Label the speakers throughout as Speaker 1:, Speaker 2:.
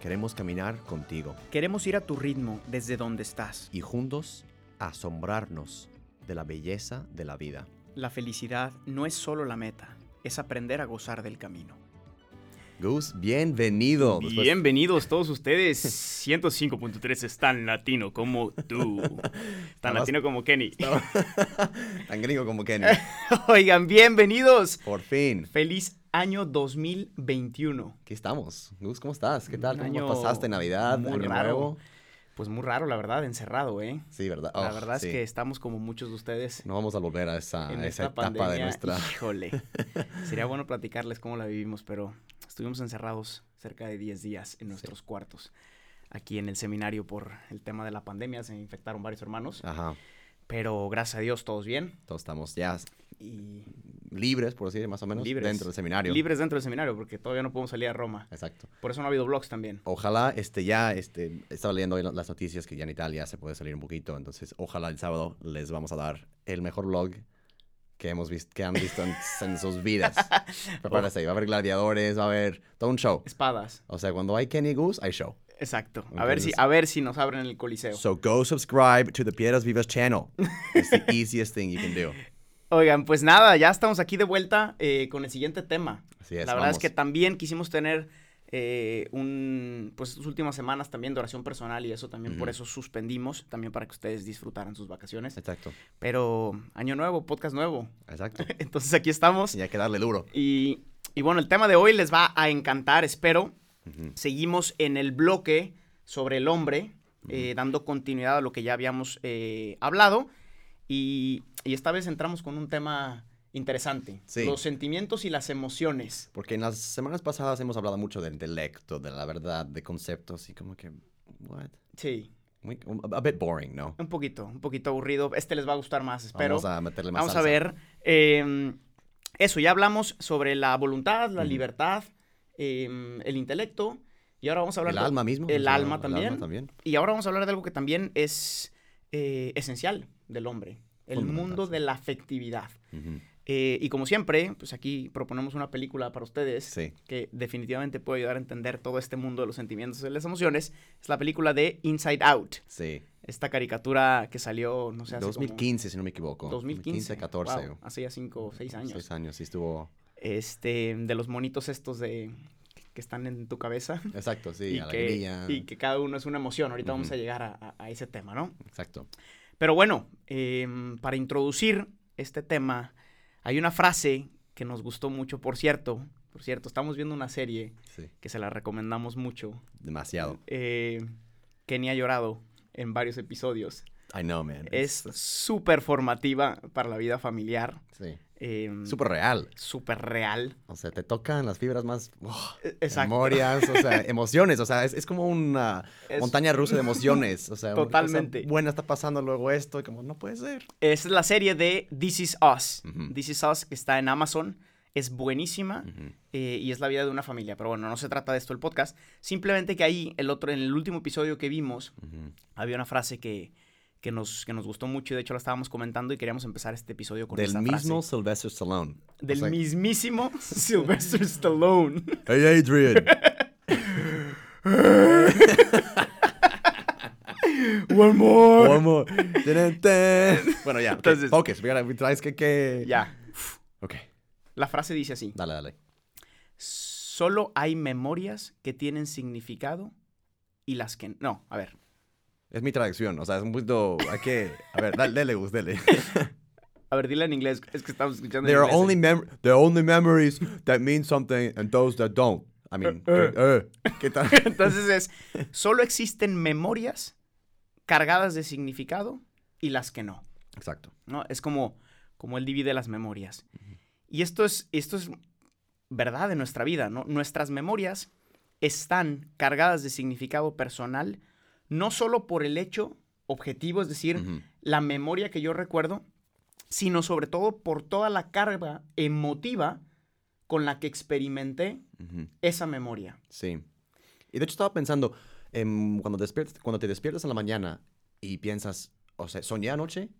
Speaker 1: queremos caminar contigo
Speaker 2: Queremos ir a tu ritmo desde donde estás.
Speaker 1: y juntos asombrarnos de la belleza de la vida.
Speaker 2: La felicidad no es solo la meta, es aprender a gozar del camino.
Speaker 1: Gus, bienvenido. Después-
Speaker 3: Bienvenidos todos ustedes. 105.3 es tan latino como tú. Tan
Speaker 1: Estabas-
Speaker 3: latino como Kenny.
Speaker 1: Tan gringo como Kenny.
Speaker 3: Oigan, bienvenidos.
Speaker 1: Por fin.
Speaker 3: Feliz año 2021.
Speaker 1: Aquí estamos. Gus, ¿cómo estás? ¿Qué tal?
Speaker 3: Un
Speaker 1: ¿Cómo
Speaker 3: año
Speaker 1: pasaste Navidad?
Speaker 3: muy
Speaker 1: año
Speaker 3: raro.
Speaker 1: nuevo?
Speaker 3: Pues muy raro, la verdad, encerrado, ¿eh?
Speaker 1: Sí, ¿verdad?
Speaker 3: La
Speaker 1: Oh,
Speaker 3: verdad
Speaker 1: sí.
Speaker 3: es que estamos como muchos de ustedes
Speaker 1: No vamos a volver a esa,
Speaker 3: en
Speaker 1: a esa
Speaker 3: esta
Speaker 1: etapa
Speaker 3: pandemia.
Speaker 1: de nuestra...
Speaker 3: Híjole. Sería bueno platicarles cómo la vivimos, pero estuvimos encerrados cerca de 10 días en nuestros cuartos. Aquí en el seminario por el tema de la pandemia se infectaron varios hermanos,
Speaker 1: Ajá.
Speaker 3: pero gracias a Dios todos bien.
Speaker 1: Todos estamos ya
Speaker 3: y
Speaker 1: libres, por decir, más o menos,
Speaker 3: Libres.
Speaker 1: dentro del seminario.
Speaker 3: libres dentro del seminario porque todavía no podemos salir a Roma.
Speaker 1: Exacto.
Speaker 3: Por eso no ha habido blogs también.
Speaker 1: Ojalá, este, ya, este, estaba leyendo hoy las noticias que ya en Italia se puede salir un poquito, entonces ojalá el sábado les vamos a dar el mejor vlog que hemos visto, que han visto en, en sus vidas. Prepárense, va a haber gladiadores, va a haber todo un show.
Speaker 3: Espadas.
Speaker 1: O sea, cuando hay Kenny Goose, hay show.
Speaker 3: Exacto. a ver si
Speaker 1: Entonces-
Speaker 3: a ver si nos abren el coliseo.
Speaker 1: So go subscribe to the Piedras Vivas channel. It's the easiest thing you can do.
Speaker 3: Oigan, pues nada, ya estamos aquí de vuelta eh, con el siguiente tema.
Speaker 1: Así es,
Speaker 3: La verdad es
Speaker 1: vamos.
Speaker 3: que también quisimos tener eh, un pues estas últimas semanas también de oración personal y eso también por
Speaker 1: Ujú.
Speaker 3: eso suspendimos también para que ustedes disfrutaran sus vacaciones.
Speaker 1: Exacto,
Speaker 3: Pero año nuevo, podcast nuevo.
Speaker 1: exacto.
Speaker 3: Entonces aquí estamos
Speaker 1: Y hay que darle duro.
Speaker 3: y y bueno, el tema de hoy les va a encantar, espero.
Speaker 1: Ujú.
Speaker 3: Seguimos en el bloque sobre el hombre, eh, dando continuidad a lo que ya habíamos eh, hablado. Y, y esta vez entramos con un tema interesante.
Speaker 1: Sí.
Speaker 3: Los sentimientos y las emociones.
Speaker 1: Porque en las semanas pasadas hemos hablado mucho del intelecto, de la verdad, de conceptos y como que, what?
Speaker 3: Sí,
Speaker 1: Muy- a bit boring, ¿no?
Speaker 3: un poquito, un poquito aburrido. Este les va a gustar más, espero.
Speaker 1: vamos a meterle más
Speaker 3: Vamos a
Speaker 1: salsa.
Speaker 3: ver. eh, eso, ya hablamos sobre la voluntad, la
Speaker 1: Ujú.
Speaker 3: libertad, eh, el intelecto. Y ahora vamos a hablar
Speaker 1: El
Speaker 3: de-
Speaker 1: alma mismo.
Speaker 3: el
Speaker 1: o sea,
Speaker 3: alma también.
Speaker 1: también.
Speaker 3: Y ahora vamos a hablar de algo que también es eh, esencial del hombre, el
Speaker 1: Fundamental,
Speaker 3: mundo
Speaker 1: sí.
Speaker 3: de la afectividad.
Speaker 1: Ujú.
Speaker 3: Eh, y como siempre, pues aquí proponemos una película para ustedes
Speaker 1: Sí.
Speaker 3: que definitivamente puede ayudar a entender todo este mundo de los sentimientos y de las emociones. Es la película de Inside Out,
Speaker 1: Sí.
Speaker 3: esta caricatura que salió, no sé, hace como
Speaker 1: 2015, si no me equivoco.
Speaker 3: 2015,
Speaker 1: 14.
Speaker 3: wow, hace ya 5 o 6 años.
Speaker 1: Seis años, sí estuvo.
Speaker 3: Este, de los monitos estos de que están en tu cabeza.
Speaker 1: Exacto, sí,
Speaker 3: y,
Speaker 1: alegría.
Speaker 3: que, y que cada uno es una emoción. Ahorita vamos
Speaker 1: Ujú.
Speaker 3: a llegar a- a- a ese tema, ¿no?
Speaker 1: Exacto.
Speaker 3: Pero bueno, em, para introducir este tema, hay una frase que nos gustó mucho, por cierto. Por cierto, estamos viendo una serie
Speaker 1: Sí.
Speaker 3: que se la recomendamos mucho.
Speaker 1: Demasiado.
Speaker 3: eh, que ni ha llorado en varios episodios.
Speaker 1: I know, man.
Speaker 3: Es súper formativa para la vida familiar.
Speaker 1: Sí.
Speaker 3: em,
Speaker 1: Súper real.
Speaker 3: súper real.
Speaker 1: O sea, te tocan las fibras más. wow,
Speaker 3: Eh, Exacto.
Speaker 1: Memorias, o sea, emociones. O sea, es, es como una
Speaker 3: Es-
Speaker 1: montaña rusa de emociones. O sea, una cosa
Speaker 3: Totalmente.
Speaker 1: buena está pasando luego esto. Y como, no puede ser.
Speaker 3: Esa es la serie de This Is Us.
Speaker 1: Ujú.
Speaker 3: This Is Us que está en Amazon. Es buenísima.
Speaker 1: Ujú.
Speaker 3: eh, y es la vida de una familia. Pero bueno, no se trata de esto el podcast. Simplemente que ahí, el otro, en el último episodio que vimos,
Speaker 1: Ujú.
Speaker 3: había una frase que, que, nos, que nos gustó mucho. y De hecho, la estábamos comentando y queríamos empezar este episodio con
Speaker 1: Del
Speaker 3: esta
Speaker 1: mismo
Speaker 3: frase.
Speaker 1: Sylvester Stallone. O
Speaker 3: Del
Speaker 1: sea,
Speaker 3: mismísimo Sylvester Stallone.
Speaker 1: Hey, Adrian.
Speaker 3: One more.
Speaker 1: ¿Cómo? Tin, tin. bueno, ya. Entonces,
Speaker 3: Entonces-
Speaker 1: focus. Mira, traes que, que...
Speaker 3: Ya.
Speaker 1: Ok,
Speaker 3: La frase dice así.
Speaker 1: dale, dale.
Speaker 3: Solo hay memorias que tienen significado y las que... No, a ver.
Speaker 1: Es mi traducción, o sea, es un poquito... Hay que... A ver, dale, dale, Gus, dele.
Speaker 3: A ver, dila en inglés. Es que estamos escuchando en
Speaker 1: There are
Speaker 3: inglés.
Speaker 1: only, mem there are only memories that mean something and those that don't. I mean, eh, eh. ¿qué tal?
Speaker 3: Entonces es, solo existen memorias cargadas de significado y las que no,
Speaker 1: Exacto.
Speaker 3: ¿no? Es como, como él divide las memorias. Y esto es, esto es verdad de nuestra vida, ¿no? Nuestras memorias están cargadas de significado personal, no solo por el hecho objetivo, es decir,
Speaker 1: Ujú.
Speaker 3: la memoria que yo recuerdo, sino sobre todo por toda la carga emotiva con la que experimenté
Speaker 1: Ujú.
Speaker 3: esa memoria.
Speaker 1: Sí. Y de hecho estaba pensando, em, cuando, despiertas, cuando te despiertas en la mañana y piensas, o sea, soñé anoche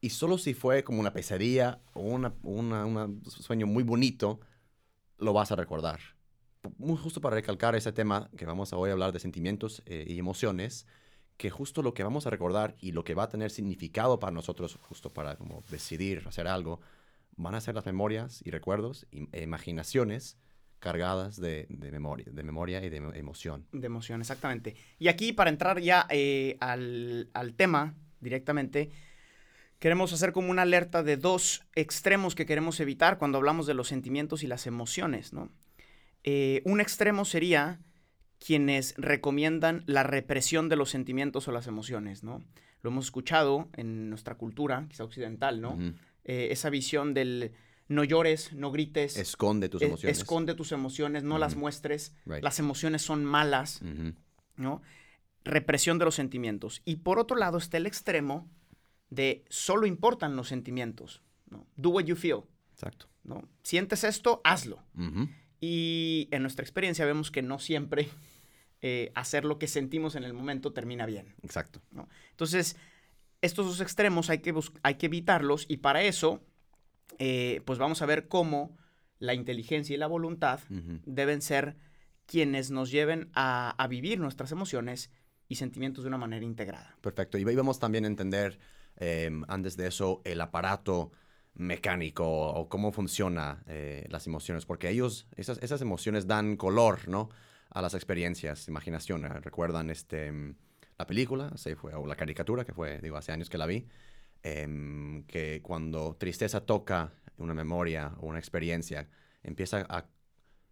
Speaker 1: y solo si fue como una pesadilla o una, una- una- un sueño muy bonito, lo vas a recordar. Muy justo para recalcar ese tema que vamos a hoy hablar de sentimientos eh, y emociones, que justo lo que vamos a recordar y lo que va a tener significado para nosotros, justo para como decidir hacer algo, van a ser las memorias y recuerdos y- e imaginaciones cargadas de, de memoria, de memoria y de emo- emoción.
Speaker 3: De emoción, exactamente. Y aquí, para entrar ya eh, al, al tema directamente, queremos hacer como una alerta de dos extremos que queremos evitar cuando hablamos de los sentimientos y las emociones, ¿no? Eh, un extremo sería quienes recomiendan la represión de los sentimientos o las emociones, ¿no? Lo hemos escuchado en nuestra cultura, quizá occidental, ¿no?
Speaker 1: Ujú.
Speaker 3: Eh, esa visión del no llores, no grites,
Speaker 1: Esconde tus
Speaker 3: e-
Speaker 1: emociones.
Speaker 3: esconde tus emociones, no las
Speaker 1: Ujú.
Speaker 3: muestres,
Speaker 1: Right.
Speaker 3: las emociones son malas,
Speaker 1: Ujú.
Speaker 3: ¿no? Represión de los sentimientos. Y por otro lado está el extremo de solo importan los sentimientos, ¿no? Do what you feel,
Speaker 1: Exacto.
Speaker 3: ¿no? Sientes esto, hazlo.
Speaker 1: Ujú.
Speaker 3: Y en nuestra experiencia vemos que no siempre eh, hacer lo que sentimos en el momento termina bien.
Speaker 1: Exacto.
Speaker 3: Entonces, estos dos extremos hay que, bus- hay que evitarlos y para eso, eh, pues vamos a ver cómo la inteligencia y la voluntad
Speaker 1: Ujú.
Speaker 3: deben ser quienes nos lleven a, a vivir nuestras emociones y sentimientos de una manera integrada.
Speaker 1: Perfecto. Y vamos también a entender eh, antes de eso el aparato mecánico o cómo funciona eh, las emociones, porque ellos, esas, esas emociones dan color, ¿no? A las experiencias, imaginación. Eh, Recuerdan este, mm, la película, se fue, o la caricatura, que fue, digo, hace años que la vi, em, que cuando tristeza toca una memoria o una experiencia, empieza a,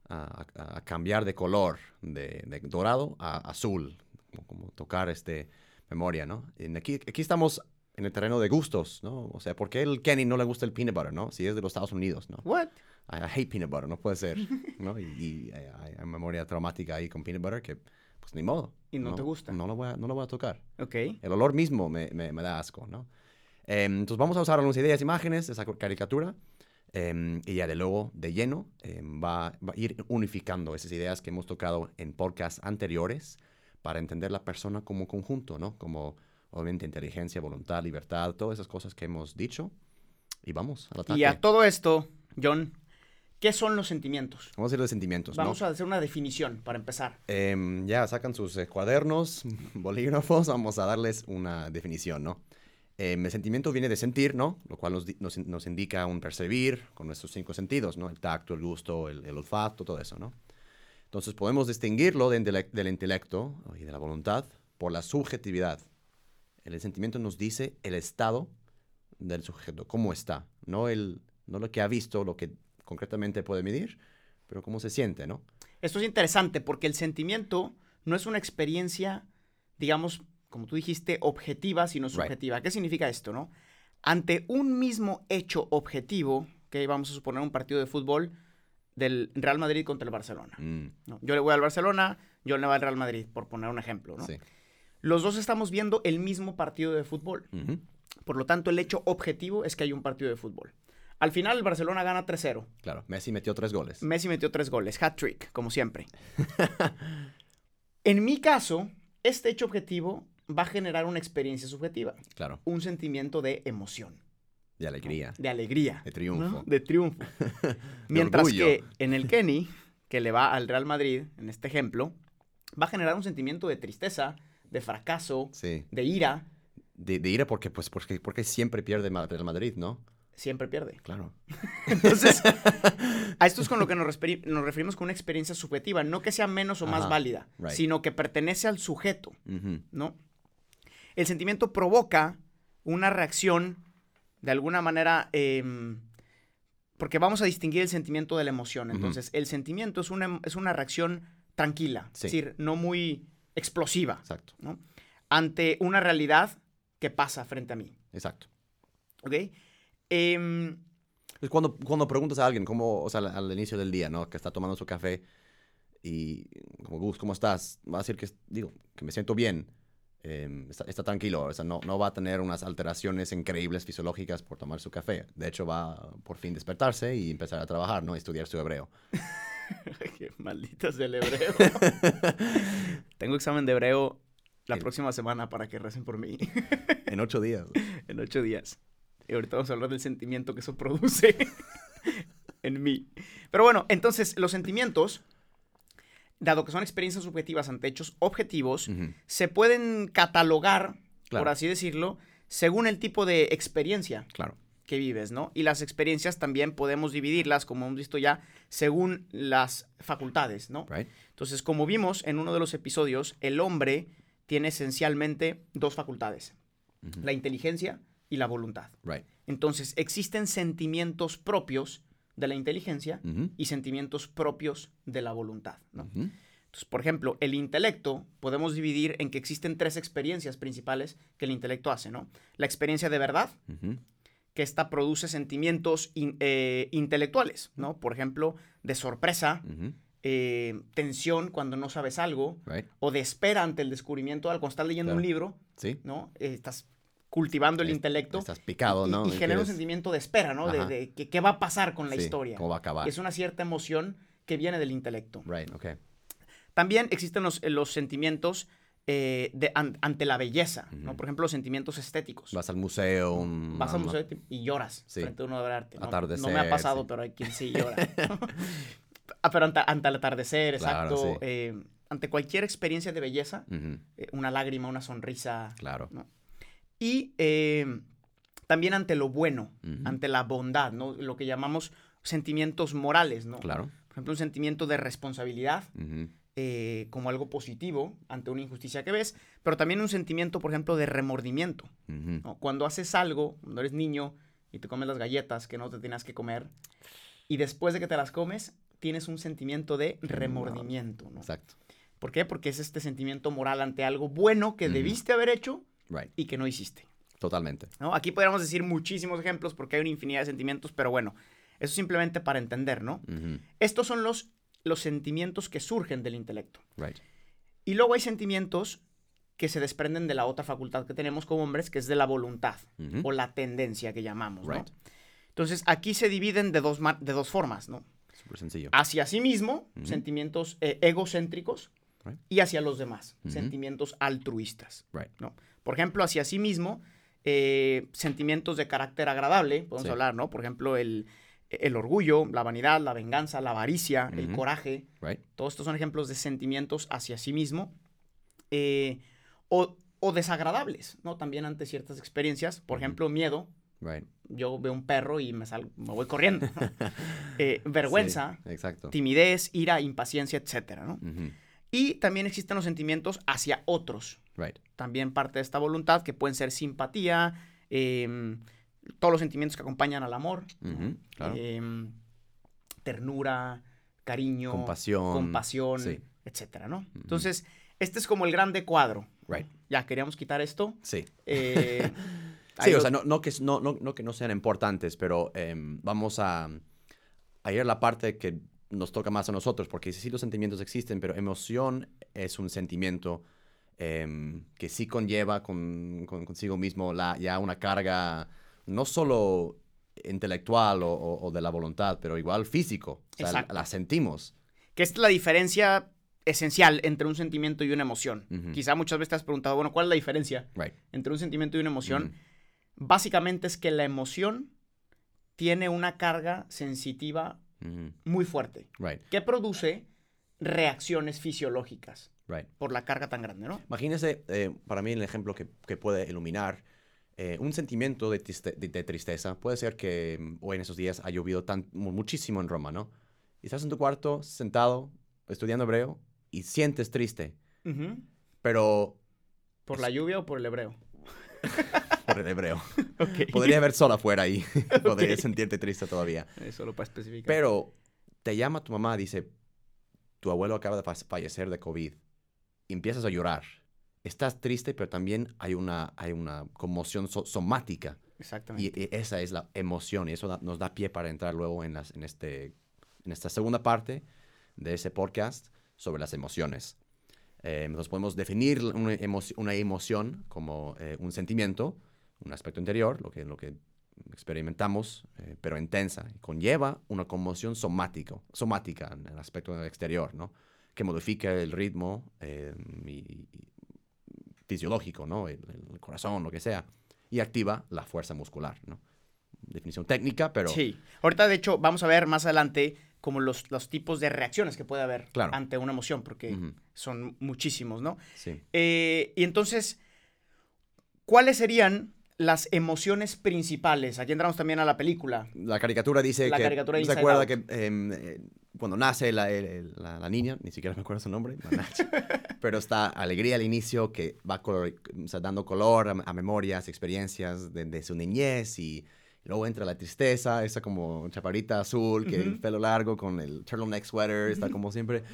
Speaker 1: a- a- a cambiar de color, de, de dorado a azul, como, como tocar este memoria, ¿no? En aquí, aquí estamos en el terreno de gustos, ¿no? O sea, ¿por qué el Kenny no le gusta el peanut butter, no? Si es de los Estados Unidos, ¿no?
Speaker 3: What?
Speaker 1: I, I hate peanut butter, no puede ser, ¿no? Y, y hay, hay- hay memoria traumática ahí con peanut butter que, pues, ni modo.
Speaker 3: Y no te gusta.
Speaker 1: No lo voy a, no lo voy a tocar.
Speaker 3: Ok.
Speaker 1: El olor mismo me, me- me da asco, ¿no? Em, entonces vamos a usar unas ideas, imágenes, esa cu- caricatura, em, y ya de luego, de lleno, em, va, va a ir unificando esas ideas que hemos tocado en podcasts anteriores para entender la persona como conjunto, ¿no? Como, obviamente, inteligencia, voluntad, libertad, todas esas cosas que hemos dicho. Y vamos al ataque.
Speaker 3: Y a todo esto, John, ¿qué son los sentimientos?
Speaker 1: vamos a ir de sentimientos, ¿no?
Speaker 3: Vamos a hacer una definición para empezar.
Speaker 1: Em, ya sacan sus eh, cuadernos, bolígrafos, vamos a darles una definición, ¿no? Em, el sentimiento viene de sentir, ¿no? Lo cual nos, di- nos in- nos indica un percibir con nuestros cinco sentidos, ¿no? El tacto, el gusto, el, el olfato, todo eso, ¿no? Entonces podemos distinguirlo de intelec- del intelecto y de la voluntad por la subjetividad. El sentimiento nos dice el estado del sujeto, cómo está, no, el, no lo que ha visto, lo que concretamente puede medir, pero cómo se siente, ¿no?
Speaker 3: Esto es interesante porque el sentimiento no es una experiencia, digamos, como tú dijiste, objetiva, sino
Speaker 1: Right.
Speaker 3: subjetiva. ¿Qué significa esto, no? Ante un mismo hecho objetivo, que vamos a suponer un partido de fútbol del Real Madrid contra el Barcelona.
Speaker 1: Mm,
Speaker 3: ¿no? Yo le voy al Barcelona, yo le voy al Real Madrid, por poner un ejemplo. ¿no?
Speaker 1: Sí.
Speaker 3: Los dos estamos viendo el mismo partido de fútbol.
Speaker 1: Ujú.
Speaker 3: Por lo tanto, el hecho objetivo es que hay un partido de fútbol. Al final, el Barcelona gana 3-0.
Speaker 1: Claro, Messi metió tres goles.
Speaker 3: Messi metió tres goles, hat trick, como siempre. en mi caso, este hecho objetivo va a generar una experiencia subjetiva,
Speaker 1: Claro,
Speaker 3: un sentimiento de emoción,
Speaker 1: de alegría,
Speaker 3: de alegría,
Speaker 1: de triunfo.
Speaker 3: ¿no? de triunfo. Mientras
Speaker 1: orgullo.
Speaker 3: que en el Kenny, que le va al Real Madrid, en este ejemplo, va a generar un sentimiento de tristeza, de fracaso,
Speaker 1: Sí,
Speaker 3: de ira,
Speaker 1: de, de ira porque, pues, porque, porque siempre pierde Ma- Real Madrid, ¿no?
Speaker 3: siempre pierde.
Speaker 1: Claro.
Speaker 3: Entonces, a esto es con lo que nos, referi- nos referimos con una experiencia subjetiva, no que sea menos o más
Speaker 1: Ajá,
Speaker 3: válida,
Speaker 1: right.
Speaker 3: sino que pertenece al sujeto,
Speaker 1: Ujú,
Speaker 3: ¿no? El sentimiento provoca una reacción, de alguna manera, em, porque vamos a distinguir el sentimiento de la emoción.
Speaker 1: Ujú.
Speaker 3: Entonces, el sentimiento es una, em- es una reacción tranquila,
Speaker 1: Sí.
Speaker 3: es decir, no muy explosiva,
Speaker 1: Exacto,
Speaker 3: ¿no? Ante una realidad que pasa frente a mí,
Speaker 1: exacto.
Speaker 3: ¿ok? Em,
Speaker 1: Es cuando, cuando preguntas a alguien, como, o sea, al, al inicio del día, ¿no? Que está tomando su café y como Gus, ¿cómo estás? Va a decir que, es- digo, que me siento bien, eh, está, está tranquilo, o sea, no, no va a tener unas alteraciones increíbles fisiológicas por tomar su café. De hecho, va a por fin despertarse y empezar a trabajar, ¿no? Y estudiar su hebreo.
Speaker 3: Qué malditas del hebreo. Tengo examen de hebreo la
Speaker 1: El-
Speaker 3: próxima semana para que recen por mí
Speaker 1: En ocho días.
Speaker 3: en ocho días. Y ahorita vamos a hablar del sentimiento que eso produce en mí. Pero bueno, entonces los sentimientos, dado que son experiencias subjetivas ante hechos objetivos,
Speaker 1: Ujú.
Speaker 3: se pueden catalogar,
Speaker 1: Claro.
Speaker 3: por así decirlo, según el tipo de experiencia
Speaker 1: Claro.
Speaker 3: que vives, ¿no? Y las experiencias también podemos dividirlas, como hemos visto ya, según las facultades, ¿no?
Speaker 1: Right?
Speaker 3: Entonces, como vimos en uno de los episodios, el hombre tiene esencialmente dos facultades,
Speaker 1: Ujú.
Speaker 3: la inteligencia y la voluntad.
Speaker 1: Right.
Speaker 3: Entonces, existen sentimientos propios de la inteligencia
Speaker 1: Ujú.
Speaker 3: y sentimientos propios de la voluntad, ¿no?
Speaker 1: Ujú.
Speaker 3: Entonces, por ejemplo, el intelecto podemos dividir en que existen tres experiencias principales que el intelecto hace, ¿no? La experiencia de verdad,
Speaker 1: Ujú.
Speaker 3: que esta produce sentimientos in- eh, intelectuales, ¿no? Por ejemplo, de sorpresa,
Speaker 1: Ujú.
Speaker 3: eh, tensión cuando no sabes algo,
Speaker 1: Right.
Speaker 3: o de espera ante el descubrimiento, al cuando estás leyendo un
Speaker 1: Claro.
Speaker 3: libro,
Speaker 1: Sí.
Speaker 3: ¿no? Eh, estás cultivando el
Speaker 1: Es-
Speaker 3: intelecto
Speaker 1: Estás picado,
Speaker 3: y,
Speaker 1: Oh, ¿no?
Speaker 3: y genera un
Speaker 1: quieres-
Speaker 3: sentimiento de espera, ¿no? De,
Speaker 1: Ajá.
Speaker 3: de que, qué va a pasar con la
Speaker 1: Sí,
Speaker 3: historia.
Speaker 1: ¿Cómo va a acabar?
Speaker 3: Es una cierta emoción que viene del intelecto.
Speaker 1: Right, ok.
Speaker 3: También existen los, los sentimientos eh, de, an- ante la belleza, ¿no?
Speaker 1: Ujú.
Speaker 3: Por ejemplo, los sentimientos estéticos.
Speaker 1: Vas al museo. mm, un-
Speaker 3: Vas a un
Speaker 1: una-
Speaker 3: museo y- y lloras
Speaker 1: Sí.
Speaker 3: frente a una obra de arte. No,
Speaker 1: Atardecer,
Speaker 3: No me ha pasado,
Speaker 1: sí.
Speaker 3: pero hay quien sí llora. Ah, pero ante, ante el atardecer,
Speaker 1: Claro,
Speaker 3: exacto.
Speaker 1: sí.
Speaker 3: eh, ante cualquier experiencia de belleza,
Speaker 1: Ujú,
Speaker 3: eh, una lágrima, una sonrisa.
Speaker 1: Claro.
Speaker 3: Y eh, también ante lo bueno,
Speaker 1: Ujú.
Speaker 3: ante la bondad, ¿no? Lo que llamamos sentimientos morales, ¿no?
Speaker 1: Claro.
Speaker 3: Por ejemplo, un sentimiento de responsabilidad,
Speaker 1: Ujú,
Speaker 3: eh, como algo positivo ante una injusticia que ves, pero también un sentimiento, por ejemplo, de remordimiento.
Speaker 1: ujú.
Speaker 3: ¿no? Cuando haces algo, cuando eres niño y te comes las galletas que no te tenías que comer, y después de que te las comes, tienes un sentimiento de remordimiento. ¿no?
Speaker 1: Exacto.
Speaker 3: ¿Por qué? Porque es este sentimiento moral ante algo bueno que
Speaker 1: Ujú.
Speaker 3: debiste haber hecho
Speaker 1: Right.
Speaker 3: y que no hiciste.
Speaker 1: Totalmente.
Speaker 3: ¿no? Aquí podríamos decir muchísimos ejemplos porque hay una infinidad de sentimientos, pero bueno, eso simplemente para entender, ¿no?
Speaker 1: Ujú,
Speaker 3: Estos son los, los sentimientos que surgen del intelecto.
Speaker 1: Right.
Speaker 3: Y luego hay sentimientos que se desprenden de la otra facultad que tenemos como hombres, que es de la voluntad
Speaker 1: Ujú.
Speaker 3: o la tendencia que llamamos, ¿no?
Speaker 1: Right.
Speaker 3: Entonces, aquí se dividen de dos, ma- de dos formas, ¿no?
Speaker 1: Súper sencillo.
Speaker 3: Hacia sí mismo,
Speaker 1: Ujú.
Speaker 3: sentimientos eh, egocéntricos,
Speaker 1: Right.
Speaker 3: y hacia los demás,
Speaker 1: Ujú.
Speaker 3: sentimientos altruistas.
Speaker 1: Right.
Speaker 3: Por ejemplo, hacia sí mismo, eh, sentimientos de carácter agradable, podemos
Speaker 1: Sí.
Speaker 3: hablar, ¿no? Por ejemplo, el, el orgullo, la vanidad, la venganza, la avaricia, el
Speaker 1: Ujú.
Speaker 3: coraje,
Speaker 1: Right.
Speaker 3: todos estos son ejemplos de sentimientos hacia sí mismo eh, o, o desagradables, ¿no? También ante ciertas experiencias, por
Speaker 1: Ujú.
Speaker 3: ejemplo, miedo.
Speaker 1: Right.
Speaker 3: Yo veo un perro y me, salgo, me voy corriendo. Eh, vergüenza,
Speaker 1: Sí, exacto.
Speaker 3: timidez, ira, impaciencia, etcétera, ¿no?
Speaker 1: Ujú,
Speaker 3: Y también existen los sentimientos hacia otros,
Speaker 1: Right.
Speaker 3: también parte de esta voluntad, que pueden ser simpatía, eh, todos los sentimientos que acompañan al amor, ¿no?
Speaker 1: Ujú, Claro.
Speaker 3: Eh, ternura, cariño,
Speaker 1: Compasión.
Speaker 3: compasión,
Speaker 1: Sí.
Speaker 3: etcétera, ¿no? Entonces, este es como el grande cuadro.
Speaker 1: Right.
Speaker 3: Ya queríamos quitar esto.
Speaker 1: Sí.
Speaker 3: eh,
Speaker 1: Sí,
Speaker 3: hay
Speaker 1: o
Speaker 3: ot-
Speaker 1: sea, no, no que, no, no, no que no sean importantes, pero em, vamos a... Ayer la parte que nos toca más a nosotros, porque sí los sentimientos existen, pero emoción es un sentimiento em, que sí conlleva con, con- consigo mismo la, ya una carga no solo intelectual o, o- o de la voluntad, pero igual físico. O sea, la,
Speaker 3: Exacto.
Speaker 1: la sentimos.
Speaker 3: que esta es la diferencia esencial entre un sentimiento y una emoción.
Speaker 1: Ujú.
Speaker 3: Quizá muchas veces te has preguntado, bueno, ¿cuál es la diferencia
Speaker 1: Right.
Speaker 3: entre un sentimiento y una emoción?
Speaker 1: Ujú.
Speaker 3: Básicamente es que la emoción tiene una carga sensitiva
Speaker 1: Ujú.
Speaker 3: muy fuerte,
Speaker 1: Mm-hmm. Right,
Speaker 3: que produce reacciones fisiológicas
Speaker 1: right.
Speaker 3: por la carga tan grande, ¿no?
Speaker 1: Imagínese, eh, para mí el ejemplo que, que puede iluminar eh, un sentimiento de, triste- de- de tristeza. Puede ser que mm, hoy en esos días ha llovido tan, mu- muchísimo en Roma, ¿no? Y estás en tu cuarto, sentado, estudiando hebreo, y sientes triste,
Speaker 3: Ujú.
Speaker 1: pero
Speaker 3: ¿Por la lluvia o por el hebreo?
Speaker 1: por el hebreo.
Speaker 3: Ok.
Speaker 1: Podría haber sol afuera y podría
Speaker 3: Ok.
Speaker 1: sentirte triste todavía.
Speaker 3: Eh, Solo para especificar.
Speaker 1: Pero te llama tu mamá, dice, tu abuelo acaba de fa- fallecer de COVID. Y empiezas a llorar. Estás triste, pero también hay una, hay una conmoción so- somática.
Speaker 3: Exactamente.
Speaker 1: Y, y esa es la emoción y eso da- nos da pie para entrar luego en, las, en, este, en esta segunda parte de ese podcast sobre las emociones. Eh, nosotros podemos definir una, emo- una emoción como eh, un sentimiento, un aspecto interior, lo que, lo que experimentamos, eh, pero intensa. y Conlleva una conmoción somático, somática en el aspecto exterior, ¿no? Que modifica el ritmo eh, y- y- fisiológico, ¿no? El, el corazón, lo que sea. Y activa la fuerza muscular, ¿no? Definición técnica, pero...
Speaker 3: Sí. Ahorita, de hecho, vamos a ver más adelante como los, los tipos de reacciones que puede haber
Speaker 1: Claro.
Speaker 3: ante una emoción, porque
Speaker 1: Ujú,
Speaker 3: son muchísimos, ¿no?
Speaker 1: sí.
Speaker 3: Eh, y entonces, ¿cuáles serían las emociones principales? Aquí entramos también a la película.
Speaker 1: La caricatura dice
Speaker 3: La
Speaker 1: que.
Speaker 3: caricatura de
Speaker 1: ¿Se
Speaker 3: Inside
Speaker 1: acuerda
Speaker 3: Out.
Speaker 1: que em, eh, cuando nace la, el- el- la- la niña, ni siquiera me acuerdo su nombre, Manache, pero está alegría al inicio que va color- o sea, dando color a, a memorias, experiencias de, de su niñez y luego entra la tristeza, esa como chaparita azul, que el
Speaker 3: Ujú.
Speaker 1: pelo largo con el turtleneck sweater, está como siempre.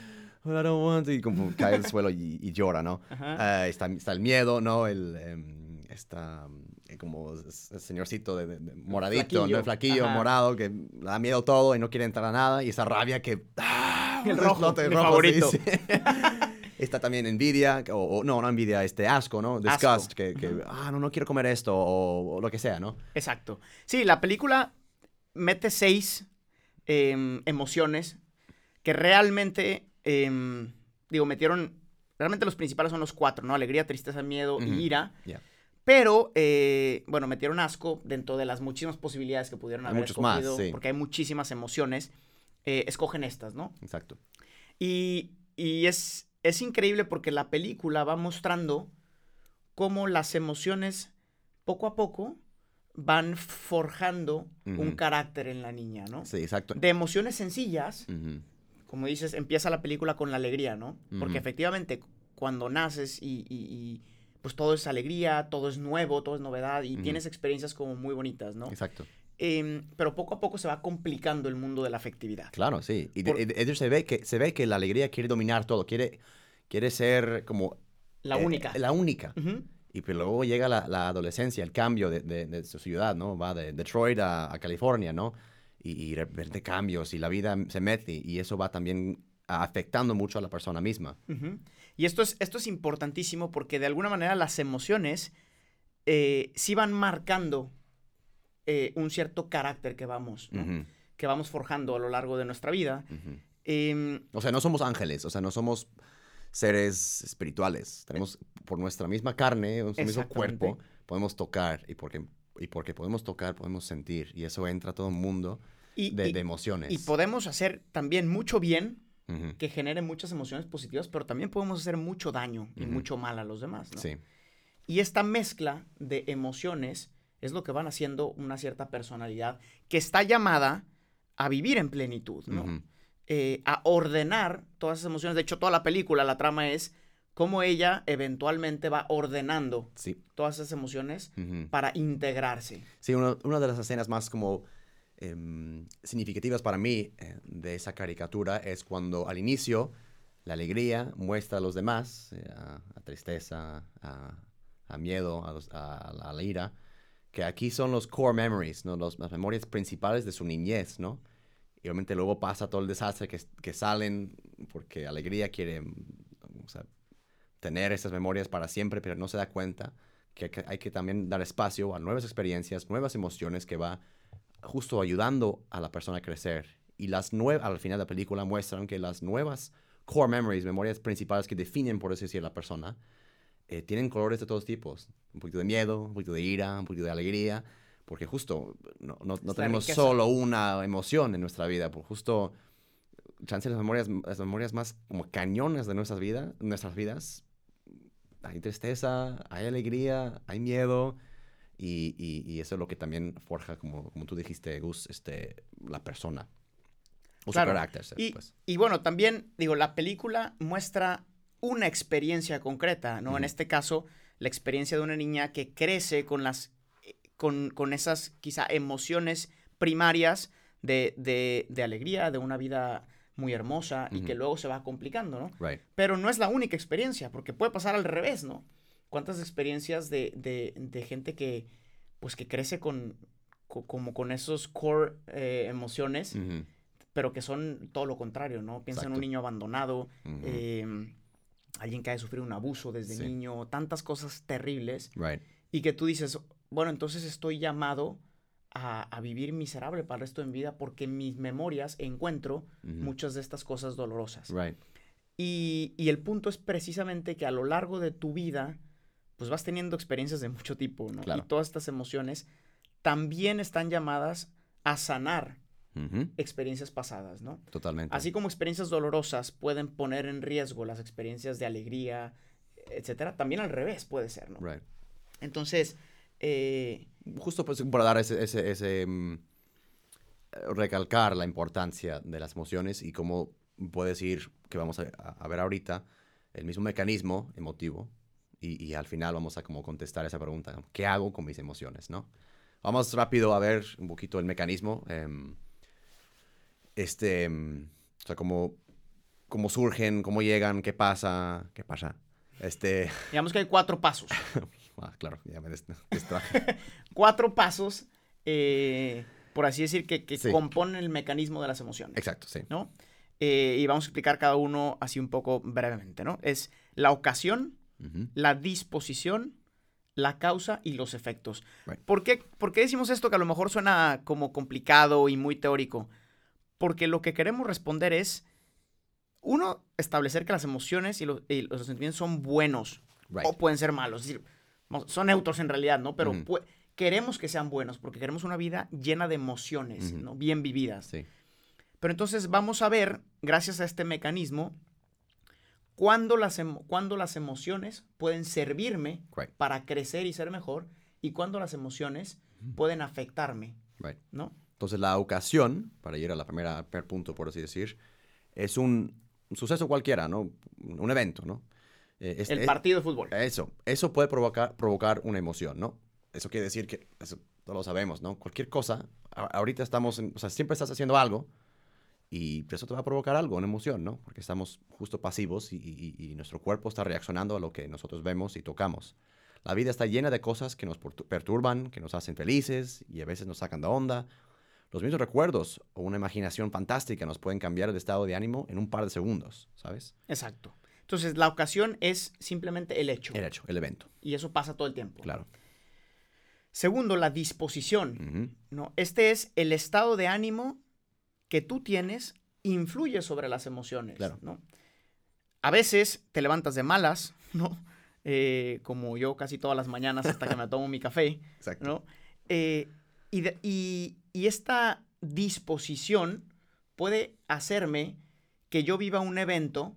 Speaker 1: "I don't want to", y como cae al suelo y, y llora, ¿no?
Speaker 3: Ajá.
Speaker 1: Ah, está, está el miedo, ¿no? El, em, está em, como s- s- señorcito de, de- de moradito,
Speaker 3: Flaquillo.
Speaker 1: ¿no? El flaquillo,
Speaker 3: Ajá.
Speaker 1: morado, que le da miedo todo y no quiere entrar a nada. Y esa rabia que... ¡ah!
Speaker 3: El rojo,
Speaker 1: Explota,
Speaker 3: mi favorito.
Speaker 1: sí, sí. está también envidia, o, o- no, no envidia, este asco, ¿no? Disgust,
Speaker 3: Asco.
Speaker 1: que, que, ah, no, no quiero comer esto, o, o lo que sea, ¿no?
Speaker 3: Exacto. Sí, la película mete seis em, emociones que realmente, em, digo, metieron, realmente los principales son los cuatro, ¿no? Alegría, tristeza, miedo
Speaker 1: Ujú.
Speaker 3: y ira.
Speaker 1: Ya.
Speaker 3: Pero, eh, bueno, metieron asco dentro de las muchísimas posibilidades que pudieron
Speaker 1: Hay
Speaker 3: haber
Speaker 1: muchos más,
Speaker 3: escogido,
Speaker 1: sí.
Speaker 3: porque hay muchísimas emociones. eh, escogen estas, ¿no?
Speaker 1: Exacto.
Speaker 3: Y, y es, es increíble porque la película va mostrando cómo las emociones poco a poco van forjando un
Speaker 1: Ujú.
Speaker 3: carácter en la niña, ¿no?
Speaker 1: Sí, exacto.
Speaker 3: De emociones sencillas,
Speaker 1: Ujú.
Speaker 3: como dices, empieza la película con la alegría, ¿no? Porque
Speaker 1: Ujú.
Speaker 3: efectivamente cuando naces y, y- y, pues todo es alegría, todo es nuevo, todo es novedad y
Speaker 1: Ujú.
Speaker 3: tienes experiencias como muy bonitas, ¿no?
Speaker 1: Exacto.
Speaker 3: Em, pero poco a poco se va complicando el mundo de la afectividad.
Speaker 1: Claro, sí. Y de-
Speaker 3: Por-
Speaker 1: y de- ellos se ve, que, se ve que la alegría quiere dominar todo, quiere, quiere ser como...
Speaker 3: La
Speaker 1: eh,
Speaker 3: única.
Speaker 1: la única.
Speaker 3: Ujú.
Speaker 1: Y pero luego llega la, la adolescencia, el cambio de, de- de su ciudad, ¿no? Va de Detroit a, a California, ¿no? Y, y de repente cambios y la vida se mete y eso va también afectando mucho a la persona misma.
Speaker 3: Ujú. Y esto es, esto es importantísimo porque de alguna manera las emociones eh, sí van marcando eh, un cierto carácter que vamos, ¿no?
Speaker 1: Ujú,
Speaker 3: que vamos forjando a lo largo de nuestra vida.
Speaker 1: ujú.
Speaker 3: Em,
Speaker 1: O sea, no somos ángeles, o sea, no somos seres espirituales. Tenemos por nuestra misma carne, nuestro mismo
Speaker 3: Exactamente.
Speaker 1: cuerpo, podemos tocar y porque, y porque podemos tocar, podemos sentir y eso entra a todo el mundo
Speaker 3: y,
Speaker 1: de,
Speaker 3: y-
Speaker 1: de emociones.
Speaker 3: y podemos hacer también mucho bien
Speaker 1: Ujú,
Speaker 3: que genere muchas emociones positivas, pero también podemos hacer mucho daño y
Speaker 1: Ujú.
Speaker 3: mucho mal a los demás. ¿no?
Speaker 1: Sí,
Speaker 3: Y esta mezcla de emociones es lo que van haciendo una cierta personalidad que está llamada a vivir en plenitud, ¿no?
Speaker 1: ujú,
Speaker 3: eh, a ordenar todas esas emociones. De hecho, toda la película, la trama es cómo ella eventualmente va ordenando
Speaker 1: sí.
Speaker 3: todas esas emociones
Speaker 1: ujú.
Speaker 3: para integrarse.
Speaker 1: Sí, uno- una de las escenas más como em, significativas para mí eh, de esa caricatura es cuando al inicio la alegría muestra a los demás, eh, a, a tristeza, a, a miedo, a, los- a- a la- a la ira, que aquí son los core memories, ¿no? Los- las memorias principales de su niñez, ¿no? Y obviamente luego pasa todo el desastre que, que salen porque alegría quiere mm, o sea, tener esas memorias para siempre, pero no se da cuenta que, que hay que también dar espacio a nuevas experiencias, nuevas emociones que va justo ayudando a la persona a crecer. Y las nuevas, al final de la película muestran que las nuevas core memories, memorias principales que definen, por así decir, la persona, eh, tienen colores de todos tipos. Un poquito de miedo, un poquito de ira, un poquito de alegría, porque justo no, no- no
Speaker 3: la
Speaker 1: tenemos
Speaker 3: riqueza.
Speaker 1: solo una emoción en nuestra vida, por justo chance las memorias, las memorias más como cañones de nuestras, vidas nuestras vidas. Hay tristeza, hay alegría, hay miedo. Y, y- y eso es lo que también forja, como, como tú dijiste, Gus, este, la persona. O
Speaker 3: Claro.
Speaker 1: su carácter, se-
Speaker 3: Y,
Speaker 1: pues.
Speaker 3: y bueno, también, digo, la película muestra una experiencia concreta, ¿no? En
Speaker 1: Ujú.
Speaker 3: este caso, la experiencia de una niña que crece con las, eh, con, con esas quizá emociones primarias de, de- de alegría, de una vida muy hermosa y que
Speaker 1: Ujú.
Speaker 3: luego se va complicando, ¿no?
Speaker 1: Right.
Speaker 3: Pero no es la única experiencia, porque puede pasar al revés, ¿no? ¿Cuántas experiencias de, de- de gente que, pues, que crece con, co- como con esos core eh, emociones
Speaker 1: Ujú.
Speaker 3: pero que son todo lo contrario, ¿no? Piensa en un
Speaker 1: Mm. Exacto.
Speaker 3: niño abandonado,
Speaker 1: Ujú.
Speaker 3: eh, alguien que ha de sufrir un abuso desde
Speaker 1: Sí.
Speaker 3: niño, tantas cosas terribles,
Speaker 1: Right.
Speaker 3: y que tú dices, bueno, entonces estoy llamado a, a vivir miserable para el resto de mi vida porque en mis memorias encuentro
Speaker 1: Ujú.
Speaker 3: muchas de estas cosas dolorosas.
Speaker 1: Mm-hmm. Right.
Speaker 3: Y, y el punto es precisamente que a lo largo de tu vida, pues vas teniendo experiencias de mucho tipo, ¿no?
Speaker 1: Claro.
Speaker 3: Y todas estas emociones también están llamadas a sanar
Speaker 1: Ujú.
Speaker 3: experiencias pasadas, ¿no?
Speaker 1: Mm-hmm. Totalmente.
Speaker 3: Así como experiencias dolorosas pueden poner en riesgo las experiencias de alegría, etcétera, también al revés puede ser, ¿no?
Speaker 1: Right.
Speaker 3: Entonces, eh,
Speaker 1: Justo pues, para dar ese, ese- ese, mm, recalcar la importancia de las emociones y cómo puede decir que vamos a, a ver ahorita el mismo mecanismo emotivo y, y al final vamos a como contestar esa pregunta, ¿no? ¿qué hago con mis emociones? ¿no? Vamos rápido a ver un poquito el mecanismo. em, este, em, o sea, cómo, cómo surgen, cómo llegan, qué pasa, qué pasa. Este,
Speaker 3: digamos que hay cuatro pasos.
Speaker 1: ah, claro, ya me dist- distraje.
Speaker 3: cuatro pasos, eh, por así decir, que, que
Speaker 1: Sí.
Speaker 3: componen el mecanismo de las emociones.
Speaker 1: Exacto, sí.
Speaker 3: ¿no? Eh, y vamos a explicar cada uno así un poco brevemente, ¿no? Es la ocasión,
Speaker 1: Ujú.
Speaker 3: la disposición, la causa y los efectos.
Speaker 1: Right.
Speaker 3: ¿Por, qué, por qué decimos esto que a lo mejor suena como complicado y muy teórico? Porque lo que queremos responder es, uno, establecer que las emociones y los, y los sentimientos son buenos
Speaker 1: Right.
Speaker 3: o pueden ser malos. Es decir, vamos, son neutros en realidad, ¿no? Pero
Speaker 1: Ujú.
Speaker 3: pue- queremos que sean buenos porque queremos una vida llena de emociones,
Speaker 1: Ujú.
Speaker 3: ¿no? Bien vividas.
Speaker 1: Sí.
Speaker 3: Pero entonces vamos a ver, gracias a este mecanismo, cuándo las, emo- cuándo las emociones pueden servirme
Speaker 1: Right,
Speaker 3: para crecer y ser mejor y cuándo las emociones pueden afectarme,
Speaker 1: right.
Speaker 3: ¿no?
Speaker 1: Entonces la ocasión, para ir a la primera, al primer punto, por así decir, es un suceso cualquiera, ¿no? Un evento, ¿no? Eh, es-
Speaker 3: El
Speaker 1: es-
Speaker 3: partido de fútbol.
Speaker 1: Eso, eso puede provocar, provocar una emoción, ¿no? Eso quiere decir que, eso todos lo sabemos, ¿no? Cualquier cosa, a- ahorita estamos, en- o sea, siempre estás haciendo algo y pues, eso te va a provocar algo, una emoción, ¿no? Porque estamos justo pasivos y, y- y- y nuestro cuerpo está reaccionando a lo que nosotros vemos y tocamos. La vida está llena de cosas que nos portu- perturban, que nos hacen felices y a veces nos sacan de onda. Los mismos recuerdos o una imaginación fantástica nos pueden cambiar el estado de ánimo en un par de segundos, ¿sabes?
Speaker 3: Exacto. Entonces, la ocasión es simplemente el hecho.
Speaker 1: El hecho, el evento,
Speaker 3: Y eso pasa todo el tiempo.
Speaker 1: claro.
Speaker 3: Segundo, la disposición.
Speaker 1: Ujú,
Speaker 3: ¿no? Este es el estado de ánimo que tú tienes influye sobre las emociones,
Speaker 1: Claro.
Speaker 3: ¿no? A veces te levantas de malas, ¿no? Eh, como yo casi todas las mañanas hasta que me tomo mi café,
Speaker 1: Exacto.
Speaker 3: ¿no? Eh, y, de- y- y esta disposición puede hacerme que yo viva un evento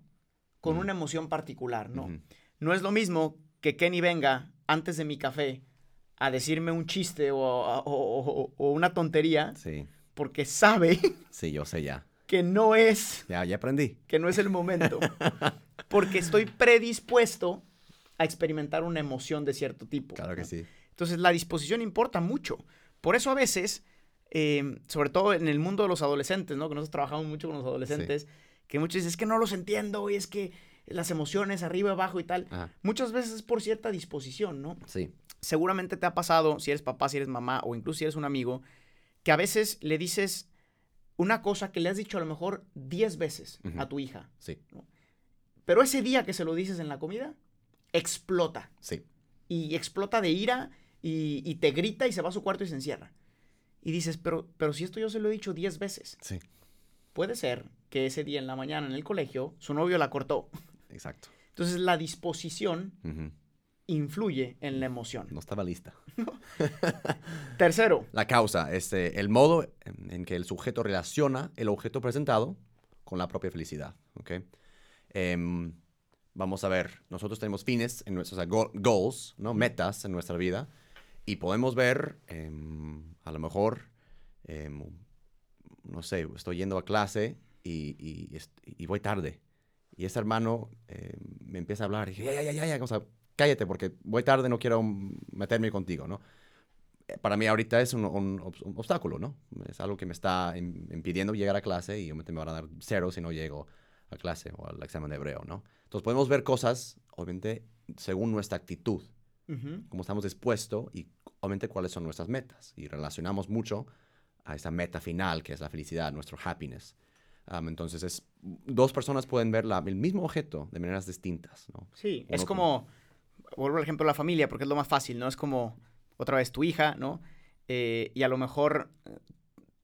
Speaker 3: con
Speaker 1: Ujú.
Speaker 3: una emoción particular, ¿no?
Speaker 1: Ujú.
Speaker 3: No es lo mismo que Kenny venga antes de mi café a decirme un chiste o, a- o- o- o una tontería
Speaker 1: Sí,
Speaker 3: porque sabe
Speaker 1: sí, yo sé ya.
Speaker 3: que no es,
Speaker 1: Ya, ya aprendí.
Speaker 3: que no es el momento. Porque estoy predispuesto a experimentar una emoción de cierto tipo.
Speaker 1: Claro que
Speaker 3: ¿no?
Speaker 1: sí.
Speaker 3: Entonces la disposición importa mucho. Por eso a veces, eh, sobre todo en el mundo de los adolescentes, ¿no? Que nosotros trabajamos mucho con los adolescentes, que muchos dicen, es que no los entiendo, y es que las emociones arriba, abajo y tal.
Speaker 1: Ajá.
Speaker 3: Muchas veces es por cierta disposición, ¿no?
Speaker 1: Sí.
Speaker 3: Seguramente te ha pasado, si eres papá, si eres mamá, o incluso si eres un amigo, que a veces le dices una cosa que le has dicho a lo mejor 10 veces
Speaker 1: Ujú.
Speaker 3: a tu hija.
Speaker 1: Sí.
Speaker 3: Pero ese día que se lo dices en la comida, explota.
Speaker 1: Sí.
Speaker 3: Y explota de ira y, y te grita y se va a su cuarto y se encierra. Y dices, pero, pero si esto yo se lo he dicho 10 veces.
Speaker 1: Sí.
Speaker 3: Puede ser que ese día en la mañana en el colegio su novio la cortó.
Speaker 1: Exacto.
Speaker 3: Entonces la disposición
Speaker 1: Ujú.
Speaker 3: influye en la emoción.
Speaker 1: No estaba lista.
Speaker 3: Tercero,
Speaker 1: La causa es eh, el modo en, en que el sujeto relaciona el objeto presentado con la propia felicidad. ¿ok? Em, vamos a ver, nosotros tenemos fines, en nuestros, o sea, go- goals, ¿no? metas en nuestra vida, y podemos ver, em, a lo mejor, em, no sé, estoy yendo a clase y, y est- y voy tarde. Y ese hermano em, me empieza a hablar, y dije, ya, ya, ya, ya, ya, o sea, cállate porque voy tarde, no quiero mm, meterme contigo, ¿no? eh, para mí ahorita es un, un ob- un obstáculo, ¿no? Es algo que me está im- impidiendo llegar a clase y obviamente me van a dar cero si no llego a clase o al examen de hebreo, ¿no? Entonces podemos ver cosas, obviamente, según nuestra actitud,
Speaker 3: ujú,
Speaker 1: cómo estamos dispuestos y obviamente cuáles son nuestras metas. Y relacionamos mucho a esa meta final que es la felicidad, nuestro happiness. Am, entonces, es, dos personas pueden ver la- el mismo objeto de maneras distintas, ¿no?
Speaker 3: Sí,
Speaker 1: Uno
Speaker 3: es
Speaker 1: como-
Speaker 3: como, vuelvo al ejemplo de la familia, porque es lo más fácil, ¿no? Es como, otra vez, tu hija, ¿no? Eh, y a lo mejor eh,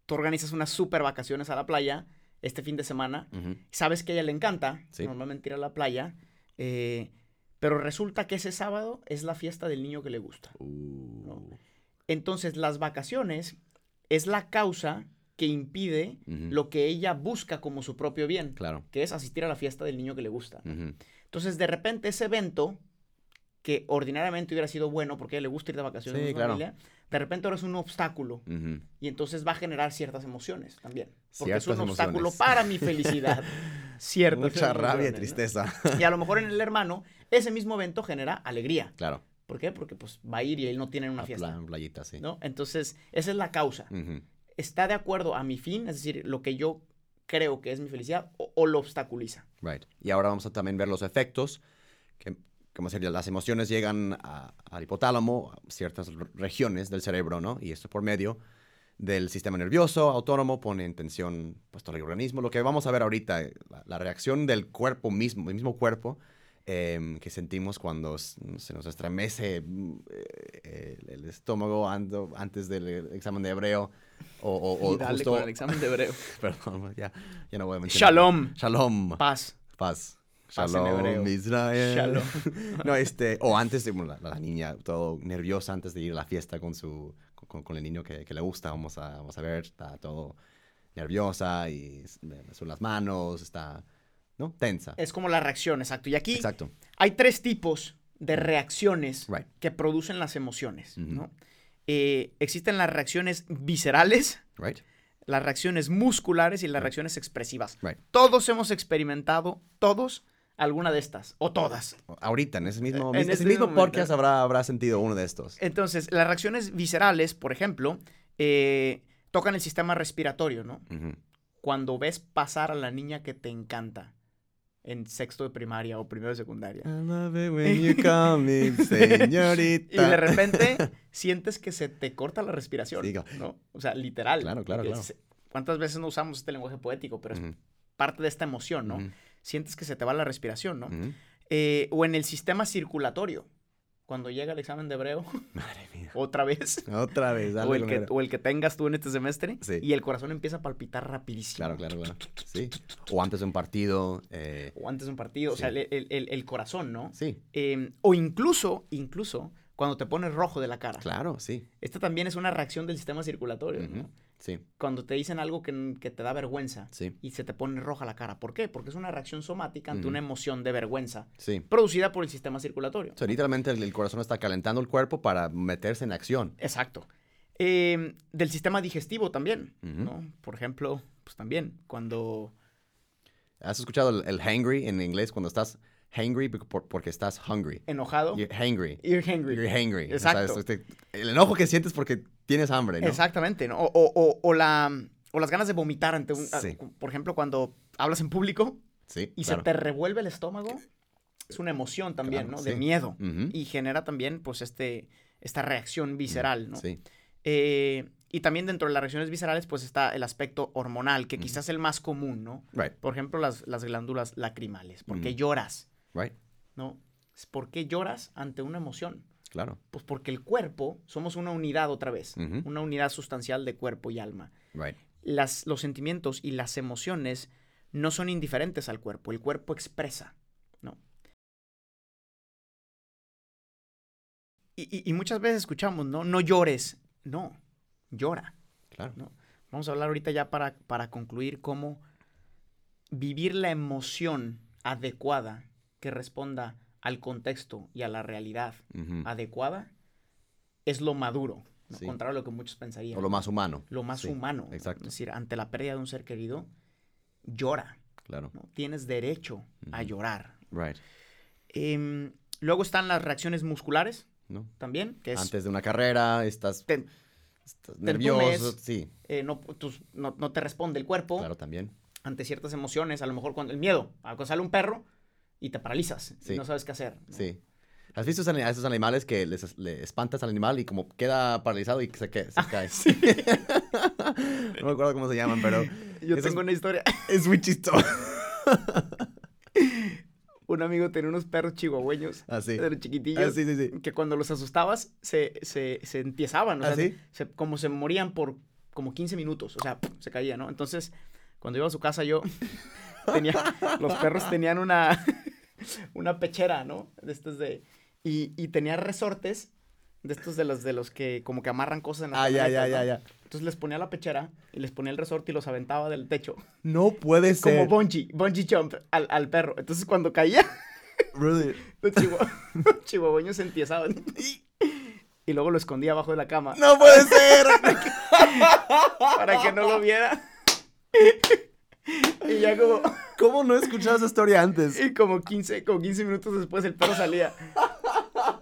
Speaker 3: tú organizas unas super vacaciones a la playa este fin de semana,
Speaker 1: Ujú.
Speaker 3: sabes que a ella le encanta,
Speaker 1: Sí.
Speaker 3: normalmente ir a la playa, eh, pero resulta que ese sábado es la fiesta del niño que le gusta.
Speaker 1: Uh,
Speaker 3: Entonces, las vacaciones es la causa que impide
Speaker 1: ujú.
Speaker 3: lo que ella busca como su propio bien,
Speaker 1: Claro.
Speaker 3: que es asistir a la fiesta del niño que le gusta.
Speaker 1: ujú,
Speaker 3: Entonces, de repente, ese evento que ordinariamente hubiera sido bueno porque a ella le gusta ir de vacaciones
Speaker 1: Sí,
Speaker 3: con su
Speaker 1: claro.
Speaker 3: familia, de repente ahora es un obstáculo
Speaker 1: ujú.
Speaker 3: y entonces va a generar ciertas emociones también. Porque es
Speaker 1: Ciertas
Speaker 3: un obstáculo
Speaker 1: emociones.
Speaker 3: para mi felicidad. Cierto.
Speaker 1: Mucha rabia y tristeza.
Speaker 3: Y a lo mejor en el hermano, ese mismo evento genera alegría.
Speaker 1: claro.
Speaker 3: ¿Por qué? Porque pues va a ir y él no tiene una
Speaker 1: a
Speaker 3: fiesta.
Speaker 1: plan- Ah, playita, sí. Mm.
Speaker 3: ¿no? Entonces, esa es la causa.
Speaker 1: Ujú,
Speaker 3: ¿Está de acuerdo a mi fin? Es decir, lo que yo creo que es mi felicidad o, o lo obstaculiza.
Speaker 1: Right. Y ahora vamos a también ver los efectos, que como sería, las emociones llegan a- al hipotálamo, a ciertas r- regiones del cerebro, ¿no? Y esto por medio del sistema nervioso autónomo pone en tensión pues, todo el organismo. Lo que vamos a ver ahorita, eh, la, la reacción del cuerpo mismo, el mismo cuerpo, em, que sentimos cuando s- se nos estremece mm, eh, el, el estómago ando- antes del eh, examen de hebreo o, o- o
Speaker 3: y dale
Speaker 1: justo-
Speaker 3: con el examen de hebreo.
Speaker 1: Perdón, pues ya, ya no voy a mencionar.
Speaker 3: Shalom.
Speaker 1: Shalom.
Speaker 3: Paz.
Speaker 1: Paz.
Speaker 3: Paz en
Speaker 1: Shalom,
Speaker 3: hebreo.
Speaker 1: Israel.
Speaker 3: Shalom.
Speaker 1: No, este, o antes, de, bueno, la, la niña, todo nerviosa antes de ir a la fiesta con su, con, con el niño que, que le gusta, vamos a, vamos a ver, está todo nerviosa y s- le sudan las manos, está, ¿no? Tensa.
Speaker 3: Es como la reacción, exacto. Y aquí
Speaker 1: Exacto.
Speaker 3: hay tres tipos de reacciones
Speaker 1: Right.
Speaker 3: que producen las emociones,
Speaker 1: Ujú.
Speaker 3: ¿no? Eh, existen las reacciones viscerales,
Speaker 1: Right.
Speaker 3: las reacciones musculares y las reacciones expresivas.
Speaker 1: Right.
Speaker 3: Todos hemos experimentado, todos, alguna de estas, o todas.
Speaker 1: Ahorita, en ese mismo,
Speaker 3: En
Speaker 1: ese
Speaker 3: este
Speaker 1: mismo
Speaker 3: momento. Eh,
Speaker 1: podcast habrá, habrá sentido uno de estos.
Speaker 3: Entonces, las reacciones viscerales, por ejemplo, eh, tocan el sistema respiratorio, ¿no?
Speaker 1: Ujú.
Speaker 3: Cuando ves pasar a la niña que te encanta en sexto de primaria o primero de secundaria.
Speaker 1: I love it when you call me señorita.
Speaker 3: Y de repente sientes que se te corta la respiración,
Speaker 1: Sí, claro.
Speaker 3: ¿no? O sea, literal.
Speaker 1: Claro, claro,
Speaker 3: Que
Speaker 1: claro.
Speaker 3: se- ¿Cuántas veces no usamos este lenguaje poético? Pero es
Speaker 1: Ujú,
Speaker 3: parte de esta emoción, ¿no?
Speaker 1: ujú,
Speaker 3: Sientes que se te va la respiración, ¿no?
Speaker 1: ujú.
Speaker 3: Eh, o en el sistema circulatorio, cuando llega el examen de hebreo,
Speaker 1: Madre mía.
Speaker 3: otra vez,
Speaker 1: Otra vez, dale
Speaker 3: o el,
Speaker 1: con
Speaker 3: que,
Speaker 1: el-
Speaker 3: o el que tengas tú en este semestre,
Speaker 1: Sí.
Speaker 3: y el corazón empieza a palpitar rapidísimo.
Speaker 1: Claro, claro, claro. Sí. O antes de un partido. eh,
Speaker 3: O antes de un partido, o
Speaker 1: Sí.
Speaker 3: sea, el, el- el- el corazón, ¿no?
Speaker 1: sí,
Speaker 3: Eh, o incluso, incluso, cuando te pones rojo de la cara.
Speaker 1: claro, sí.
Speaker 3: Esta también es una reacción del sistema circulatorio,
Speaker 1: ujú,
Speaker 3: ¿no?
Speaker 1: Sí,
Speaker 3: Cuando te dicen algo que, n- que te da vergüenza
Speaker 1: sí,
Speaker 3: y se te pone roja la cara. ¿Por qué? Porque es una reacción somática ante
Speaker 1: Ujú.
Speaker 3: una emoción de vergüenza
Speaker 1: sí.
Speaker 3: producida por el sistema circulatorio.
Speaker 1: O sea, literalmente el, el corazón está calentando el cuerpo para meterse en acción.
Speaker 3: Exacto. Eh, del sistema digestivo también,
Speaker 1: Ujú.
Speaker 3: ¿no? Por ejemplo, pues también, cuando...
Speaker 1: ¿Has escuchado el, el hangry en inglés cuando estás hangry por- por- porque estás hungry?
Speaker 3: Enojado,
Speaker 1: You're hangry.
Speaker 3: you're hangry.
Speaker 1: You're hangry. O sea,
Speaker 3: Exacto.
Speaker 1: es- te- el enojo que sientes porque tienes hambre, ¿no?
Speaker 3: Exactamente, ¿no? O, o- o- o la, o las ganas de vomitar ante un...
Speaker 1: Sí.
Speaker 3: a- por ejemplo, cuando hablas en público
Speaker 1: Sí,
Speaker 3: y
Speaker 1: claro.
Speaker 3: se te revuelve el estómago, es una emoción también,
Speaker 1: Claro,
Speaker 3: ¿no? De
Speaker 1: sí.
Speaker 3: miedo.
Speaker 1: Ujú,
Speaker 3: Y genera también, pues, este, esta reacción visceral, ¿no?
Speaker 1: Sí,
Speaker 3: Eh, y también dentro de las reacciones viscerales, pues, está el aspecto hormonal, que quizás es el más común, ¿no?
Speaker 1: right,
Speaker 3: Por ejemplo, las, las glándulas lacrimales. ¿Por qué
Speaker 1: Ujú.
Speaker 3: lloras?
Speaker 1: right,
Speaker 3: ¿No? ¿Por qué lloras ante una emoción?
Speaker 1: claro,
Speaker 3: Pues porque el cuerpo, somos una unidad otra vez,
Speaker 1: Ujú.
Speaker 3: una unidad sustancial de cuerpo y alma.
Speaker 1: right,
Speaker 3: Las, los sentimientos y las emociones no son indiferentes al cuerpo, el cuerpo expresa, ¿no? Y, y- y muchas veces escuchamos, ¿no? No llores, no, llora.
Speaker 1: claro.
Speaker 3: Vamos a hablar ahorita ya para, para concluir cómo vivir la emoción adecuada que responda al contexto y a la realidad
Speaker 1: ujú.
Speaker 3: adecuada es lo maduro, ¿no?
Speaker 1: Sí.
Speaker 3: contrario a lo que muchos pensarían.
Speaker 1: O lo más humano.
Speaker 3: Lo más
Speaker 1: Sí,
Speaker 3: humano. ¿no?
Speaker 1: exacto.
Speaker 3: Es decir, ante la pérdida de un ser querido, llora.
Speaker 1: Claro,
Speaker 3: ¿no? Tienes derecho a
Speaker 1: Ujú.
Speaker 3: llorar.
Speaker 1: right.
Speaker 3: Em, luego están las reacciones musculares
Speaker 1: ¿No?
Speaker 3: también, que es
Speaker 1: Antes de una carrera, estás,
Speaker 3: Te-
Speaker 1: estás nervioso,
Speaker 3: entumes.
Speaker 1: sí,
Speaker 3: eh, no, tus- no- no te responde el cuerpo.
Speaker 1: claro también.
Speaker 3: ante ciertas emociones, a lo mejor cuando el miedo, a que sale un perro y te paralizas y
Speaker 1: Sí.
Speaker 3: no sabes qué hacer. ¿no?
Speaker 1: Sí. ¿Has visto esos ani- a esos animales que les, le espantas al animal y
Speaker 3: Ah,
Speaker 1: como queda paralizado y se, que- se cae? no me acuerdo cómo se llaman, pero
Speaker 3: Yo
Speaker 1: Eso
Speaker 3: tengo
Speaker 1: es-
Speaker 3: una historia.
Speaker 1: Es muy chistoso.
Speaker 3: Un amigo tenía unos perros chihuahueños,
Speaker 1: Así.
Speaker 3: eran chiquitillos,
Speaker 1: Así, Ah, sí, sí.
Speaker 3: que cuando los asustabas se, se, se empiezaban, o
Speaker 1: ¿Ah,
Speaker 3: sea,
Speaker 1: sí?
Speaker 3: se- como se morían por como 15 minutos, o sea, ¡pum! se caía, ¿no? Entonces, cuando iba a su casa yo tenía, los perros tenían una, una pechera, ¿no? De estos de, y, y tenía resortes de estos de los, de los que como que amarran cosas en las
Speaker 1: Ah, ya, ya,
Speaker 3: camionetas,
Speaker 1: ya,
Speaker 3: ¿no?
Speaker 1: ya.
Speaker 3: Entonces les ponía la pechera y les ponía el resorte y los aventaba del techo.
Speaker 1: No puede
Speaker 3: Como
Speaker 1: ser.
Speaker 3: bungee, bungee jump al, al perro. Entonces cuando caía,
Speaker 1: Really.
Speaker 3: los chihuahua- los chihuahueños se empiezaban. Y luego lo escondía abajo de la cama
Speaker 1: No puede ser.
Speaker 3: para que no lo viera. Y ya como,
Speaker 1: ¿Cómo no he escuchado esa historia antes?
Speaker 3: y como, 15, como 15 minutos después el perro salía.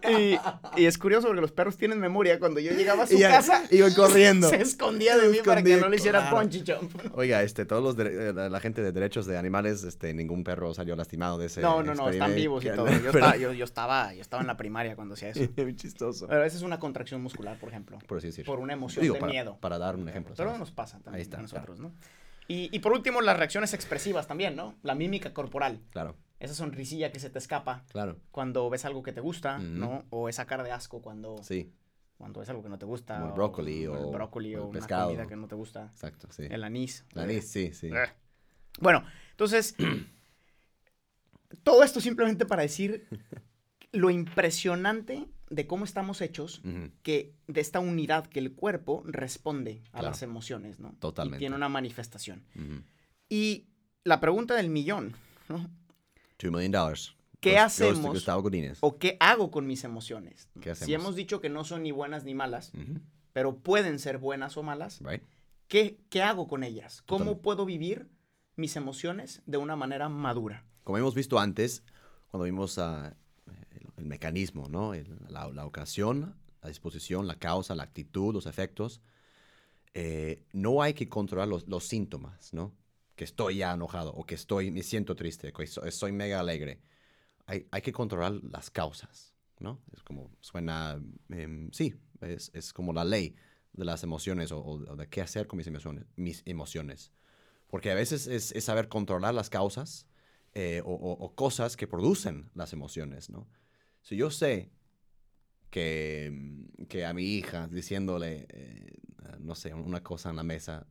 Speaker 3: Y, y es curioso porque los perros tienen memoria. Cuando yo llegaba a su
Speaker 1: Y ya-
Speaker 3: casa,
Speaker 1: iba corriendo.
Speaker 3: se escondía de mí para que
Speaker 1: escondía,
Speaker 3: no le hiciera
Speaker 1: claro.
Speaker 3: bungee jump.
Speaker 1: Oiga, este, todos los dere- eh, la, la gente de derechos de animales, este, ningún perro salió lastimado de ese.
Speaker 3: No, no, no, están
Speaker 1: experimento.
Speaker 3: vivos y
Speaker 1: Que-
Speaker 3: todo. Yo estaba, yo, yo estaba, yo estaba en la primaria cuando hacía eso.
Speaker 1: Muy chistoso.
Speaker 3: Pero esa es una contracción muscular, por ejemplo.
Speaker 1: Por así decir.
Speaker 3: Eh, Por una emoción
Speaker 1: Digo,
Speaker 3: de
Speaker 1: para,
Speaker 3: miedo.
Speaker 1: Para dar un ejemplo.
Speaker 3: Pero
Speaker 1: ¿sabes?
Speaker 3: nos pasa también
Speaker 1: Ahí está,
Speaker 3: a nosotros, ¿no? Y, y por último, las reacciones expresivas también, ¿no? La mímica corporal.
Speaker 1: Claro,
Speaker 3: Esa sonrisilla que se te escapa
Speaker 1: claro.
Speaker 3: cuando ves algo que te gusta,
Speaker 1: Ujú.
Speaker 3: ¿no? O esa cara de asco cuando,
Speaker 1: Sí,
Speaker 3: cuando ves algo que no te gusta.
Speaker 1: Como el
Speaker 3: o-
Speaker 1: brócoli o-
Speaker 3: el brócoli
Speaker 1: o
Speaker 3: o,
Speaker 1: el
Speaker 3: una
Speaker 1: pescado.
Speaker 3: comida que no te gusta.
Speaker 1: exacto, sí.
Speaker 3: El anís.
Speaker 1: La nariz, sí, sí.
Speaker 3: Eh. Bueno, entonces, todo esto simplemente para decir lo impresionante de cómo estamos hechos
Speaker 1: Ujú,
Speaker 3: que de esta unidad que el cuerpo responde a
Speaker 1: Claro.
Speaker 3: las emociones, ¿no?
Speaker 1: Totalmente.
Speaker 3: Y tiene una manifestación.
Speaker 1: ujú.
Speaker 3: Y la pregunta del millón, ¿no?
Speaker 1: Two million dollars.
Speaker 3: ¿Qué
Speaker 1: Goes- goes to
Speaker 3: hacemos?
Speaker 1: Gustavo Godínez.
Speaker 3: ¿O qué hago con mis emociones?
Speaker 1: ¿Qué hacemos?
Speaker 3: Si hemos dicho que no son ni buenas ni malas,
Speaker 1: Ujú,
Speaker 3: pero pueden ser buenas o malas,
Speaker 1: Right.
Speaker 3: ¿qué, qué hago con ellas? ¿Cómo
Speaker 1: Totalmente.
Speaker 3: puedo vivir mis emociones de una manera madura?
Speaker 1: Como hemos visto antes, cuando vimos ah, el, el mecanismo, ¿no? El- la, la ocasión, la disposición, la causa, la actitud, los efectos, eh, no hay que controlar los, los síntomas, ¿no? Que estoy ya enojado o que estoy, me siento triste, que so- soy mega alegre. Hay, hay que controlar las causas, ¿no? Es como suena, em, sí, es, es como la ley de las emociones o, o- o de qué hacer con mis emociones. Mis emociones. Porque a veces es, es saber controlar las causas eh, o, o- o cosas que producen las emociones, ¿no? Si yo sé que, mm, que a mi hija diciéndole, eh, no sé, una cosa en la mesa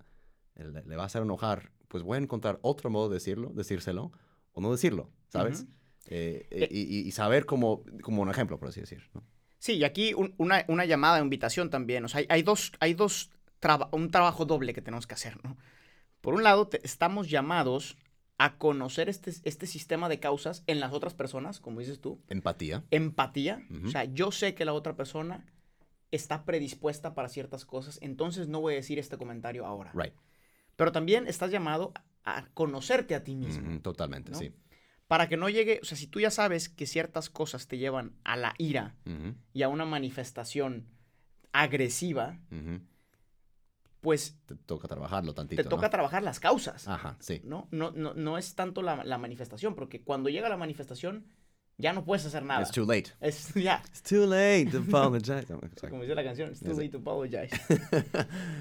Speaker 1: eh, le, le va a hacer enojar, pues voy a encontrar otro modo de decirlo, decírselo o no decirlo, ¿sabes?
Speaker 3: Ujú.
Speaker 1: Eh, eh, y, y- y saber como, como un ejemplo, por así decir, ¿no?
Speaker 3: Sí, y aquí un- una, una llamada de invitación también. O sea, hay, hay dos, hay dos traba- un trabajo doble que tenemos que hacer, ¿no? Por un lado, te- estamos llamados a conocer este, este sistema de causas en las otras personas, como dices tú.
Speaker 1: Empatía.
Speaker 3: Empatía.
Speaker 1: Ujú.
Speaker 3: O sea, yo sé que la otra persona está predispuesta para ciertas cosas, entonces no voy a decir este comentario ahora.
Speaker 1: Right.
Speaker 3: Pero también estás llamado a conocerte a ti mismo.
Speaker 1: Ujú, totalmente,
Speaker 3: Mm. ¿no?
Speaker 1: sí.
Speaker 3: Para que no llegue, o sea, si tú ya sabes que ciertas cosas te llevan a la ira
Speaker 1: Ujú,
Speaker 3: y a una manifestación agresiva,
Speaker 1: ujú.
Speaker 3: pues
Speaker 1: Te toca trabajarlo tantito,
Speaker 3: te toca
Speaker 1: ¿no? Ah.
Speaker 3: trabajar las causas.
Speaker 1: Ajá, sí.
Speaker 3: ¿no? No, no, no es tanto la, la manifestación, porque cuando llega la manifestación ya no puedes hacer nada.
Speaker 1: It's too late.
Speaker 3: Es- ya,
Speaker 1: It's too late to apologize. Exacto.
Speaker 3: como dice la canción, it's too
Speaker 1: Ya sé.
Speaker 3: late to apologize.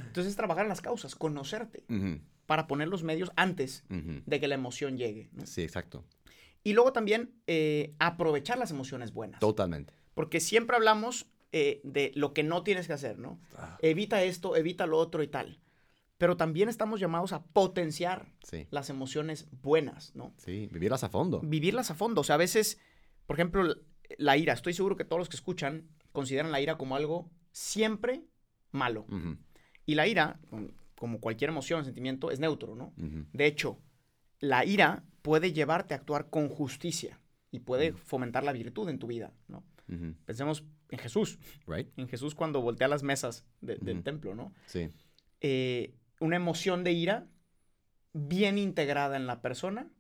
Speaker 3: Entonces trabajar las causas, conocerte,
Speaker 1: Ujú,
Speaker 3: para poner los medios antes
Speaker 1: ujú.
Speaker 3: de que la emoción llegue. ¿no?
Speaker 1: Sí, exacto.
Speaker 3: Y luego también eh, aprovechar las emociones buenas.
Speaker 1: Totalmente.
Speaker 3: Porque siempre hablamos eh, de lo que no tienes que hacer, ¿no?
Speaker 1: Ah.
Speaker 3: Evita esto, evita lo otro y tal. Pero también estamos llamados a potenciar
Speaker 1: Sí.
Speaker 3: las emociones buenas, ¿no?
Speaker 1: Sí, vivirlas a fondo.
Speaker 3: Vivirlas a fondo. O sea, a veces, por ejemplo, l- la ira. Estoy seguro que todos los que escuchan consideran la ira como algo siempre malo.
Speaker 1: Ujú,
Speaker 3: Y la ira, com- como cualquier emoción, sentimiento, es neutro, ¿no?
Speaker 1: ujú.
Speaker 3: De hecho, la ira puede llevarte a actuar con justicia y puede fomentar la virtud en tu vida, ¿no?
Speaker 1: Ujú,
Speaker 3: Pensemos en Jesús.
Speaker 1: Right?
Speaker 3: En Jesús cuando voltea las mesas de- del
Speaker 1: Ujú.
Speaker 3: templo, ¿no?
Speaker 1: Sí.
Speaker 3: Eh, una emoción de ira bien integrada en la persona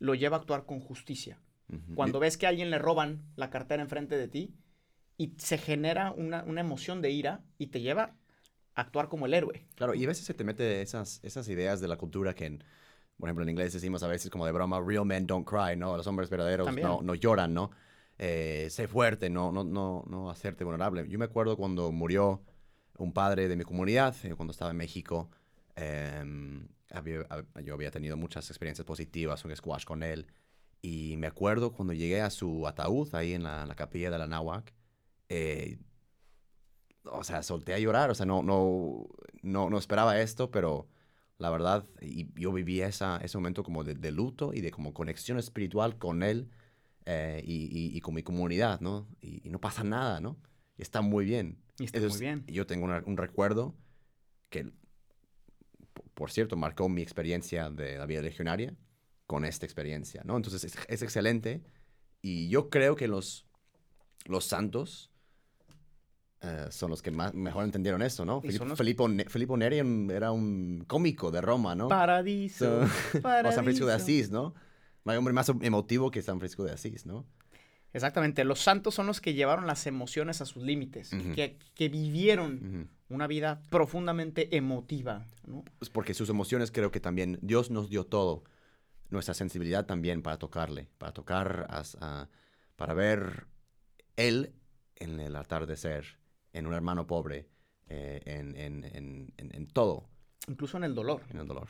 Speaker 3: lo lleva a actuar con justicia.
Speaker 1: Ujú.
Speaker 3: Cuando ves que a alguien le roban la cartera enfrente de ti y se genera una, una emoción de ira y te lleva a actuar como el héroe.
Speaker 1: Claro, y a veces se te mete esas, esas ideas de la cultura que, en, por ejemplo, en inglés decimos a veces como de broma, real men don't cry, ¿no? Los hombres verdaderos
Speaker 3: También.
Speaker 1: no, no lloran, ¿no? Eh, sé fuerte, no, no, no, no hacerte vulnerable. Yo me acuerdo cuando murió un padre de mi comunidad, eh, cuando estaba en México, em, había- hab- yo había tenido muchas experiencias positivas, un squash con él. Y me acuerdo cuando llegué a su ataúd ahí en la, la capilla de la Nahuac, eh, o sea, solté a llorar, o sea, no, no, no, no esperaba esto, pero la verdad, y yo viví esa, ese momento como de, de luto y de como conexión espiritual con él eh, y, y- y con mi comunidad, ¿no? Y, y no pasa nada, ¿no? Y está muy bien.
Speaker 3: Y está muy bien.
Speaker 1: Yo tengo una- un recuerdo que, p- por cierto, marcó mi experiencia de la vida legionaria con esta experiencia, ¿no? Entonces es, es excelente y yo creo que los, los santos eh, son los que más, mejor entendieron esto, ¿no?
Speaker 3: Y
Speaker 1: Filip-
Speaker 3: son los-
Speaker 1: Filippo, Ne- Filippo Neri en- era un cómico de Roma, ¿no?
Speaker 3: Paradiso.
Speaker 1: o San Francisco de
Speaker 3: paradiso.
Speaker 1: Asís, ¿no? No hay hombre más emotivo que San Francisco de Asís, ¿no?
Speaker 3: Exactamente, los santos son los que llevaron las emociones a sus límites,
Speaker 1: Ujú.
Speaker 3: que, que vivieron
Speaker 1: Ujú.
Speaker 3: una vida profundamente emotiva, ¿no?
Speaker 1: Pues porque sus emociones creo que también Dios nos dio todo, nuestra sensibilidad también para tocarle, para tocar, as- a- para ver Él en el atardecer, en un hermano pobre, eh, en, en- en- en- en todo,
Speaker 3: incluso en el dolor.
Speaker 1: en el dolor.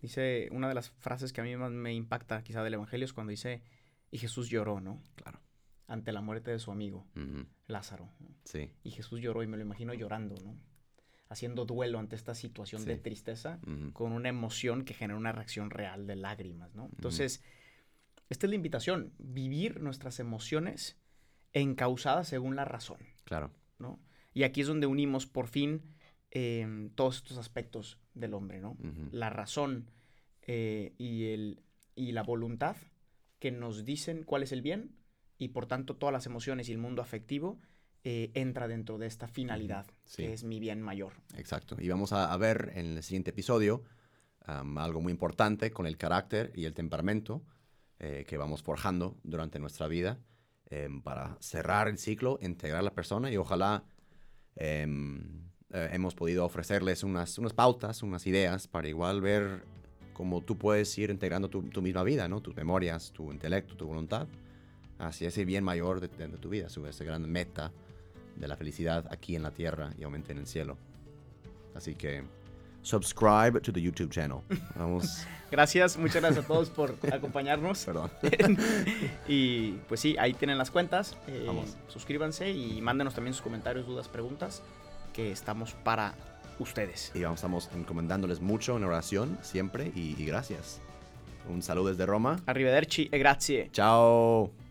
Speaker 3: Dice una de las frases que a mí más me impacta quizá del Evangelio es cuando dice, y Jesús lloró, ¿no?
Speaker 1: Claro.
Speaker 3: Ante la muerte de su amigo,
Speaker 1: Ujú,
Speaker 3: Lázaro. ¿no?
Speaker 1: Sí.
Speaker 3: Y Jesús lloró y me lo imagino llorando, ¿no? Haciendo duelo ante esta situación de
Speaker 1: Sí.
Speaker 3: tristeza
Speaker 1: ujú.
Speaker 3: con una emoción que genera una reacción real de lágrimas, ¿no? Entonces, esta es la invitación, vivir nuestras emociones encausadas según la razón,
Speaker 1: Claro.
Speaker 3: ¿no? Y aquí es donde unimos por fin em, todos estos aspectos del hombre, ¿no?
Speaker 1: ujú,
Speaker 3: la razón eh, y, el, y la voluntad que nos dicen cuál es el bien y por tanto todas las emociones y el mundo afectivo eh, entra dentro de esta finalidad
Speaker 1: sí.
Speaker 3: que es mi bien mayor.
Speaker 1: Exacto. Y vamos a, a ver en el siguiente episodio am, algo muy importante con el carácter y el temperamento eh, que vamos forjando durante nuestra vida em, para cerrar el ciclo, integrar la persona y ojalá em, eh, hemos podido ofrecerles unas, unas pautas, unas ideas para igual ver cómo tú puedes ir integrando tu, tu misma vida, ¿no? Tus memorias, tu intelecto, tu voluntad hacia ese bien mayor de, de- de tu vida, su esa gran meta de la felicidad aquí en la tierra y aumente en el cielo. Así que subscribe to the YouTube channel. Vamos,
Speaker 3: Gracias, muchas gracias a todos por acompañarnos
Speaker 1: perdón.
Speaker 3: y pues sí, ahí tienen las cuentas, eh,
Speaker 1: Vamos.
Speaker 3: suscríbanse y mándenos también sus comentarios, dudas, preguntas, que estamos para ustedes.
Speaker 1: Y vamos, estamos encomendándoles mucho en oración siempre y, y gracias. Un saludo desde Roma.
Speaker 3: Arrivederci e grazie.
Speaker 1: Chao.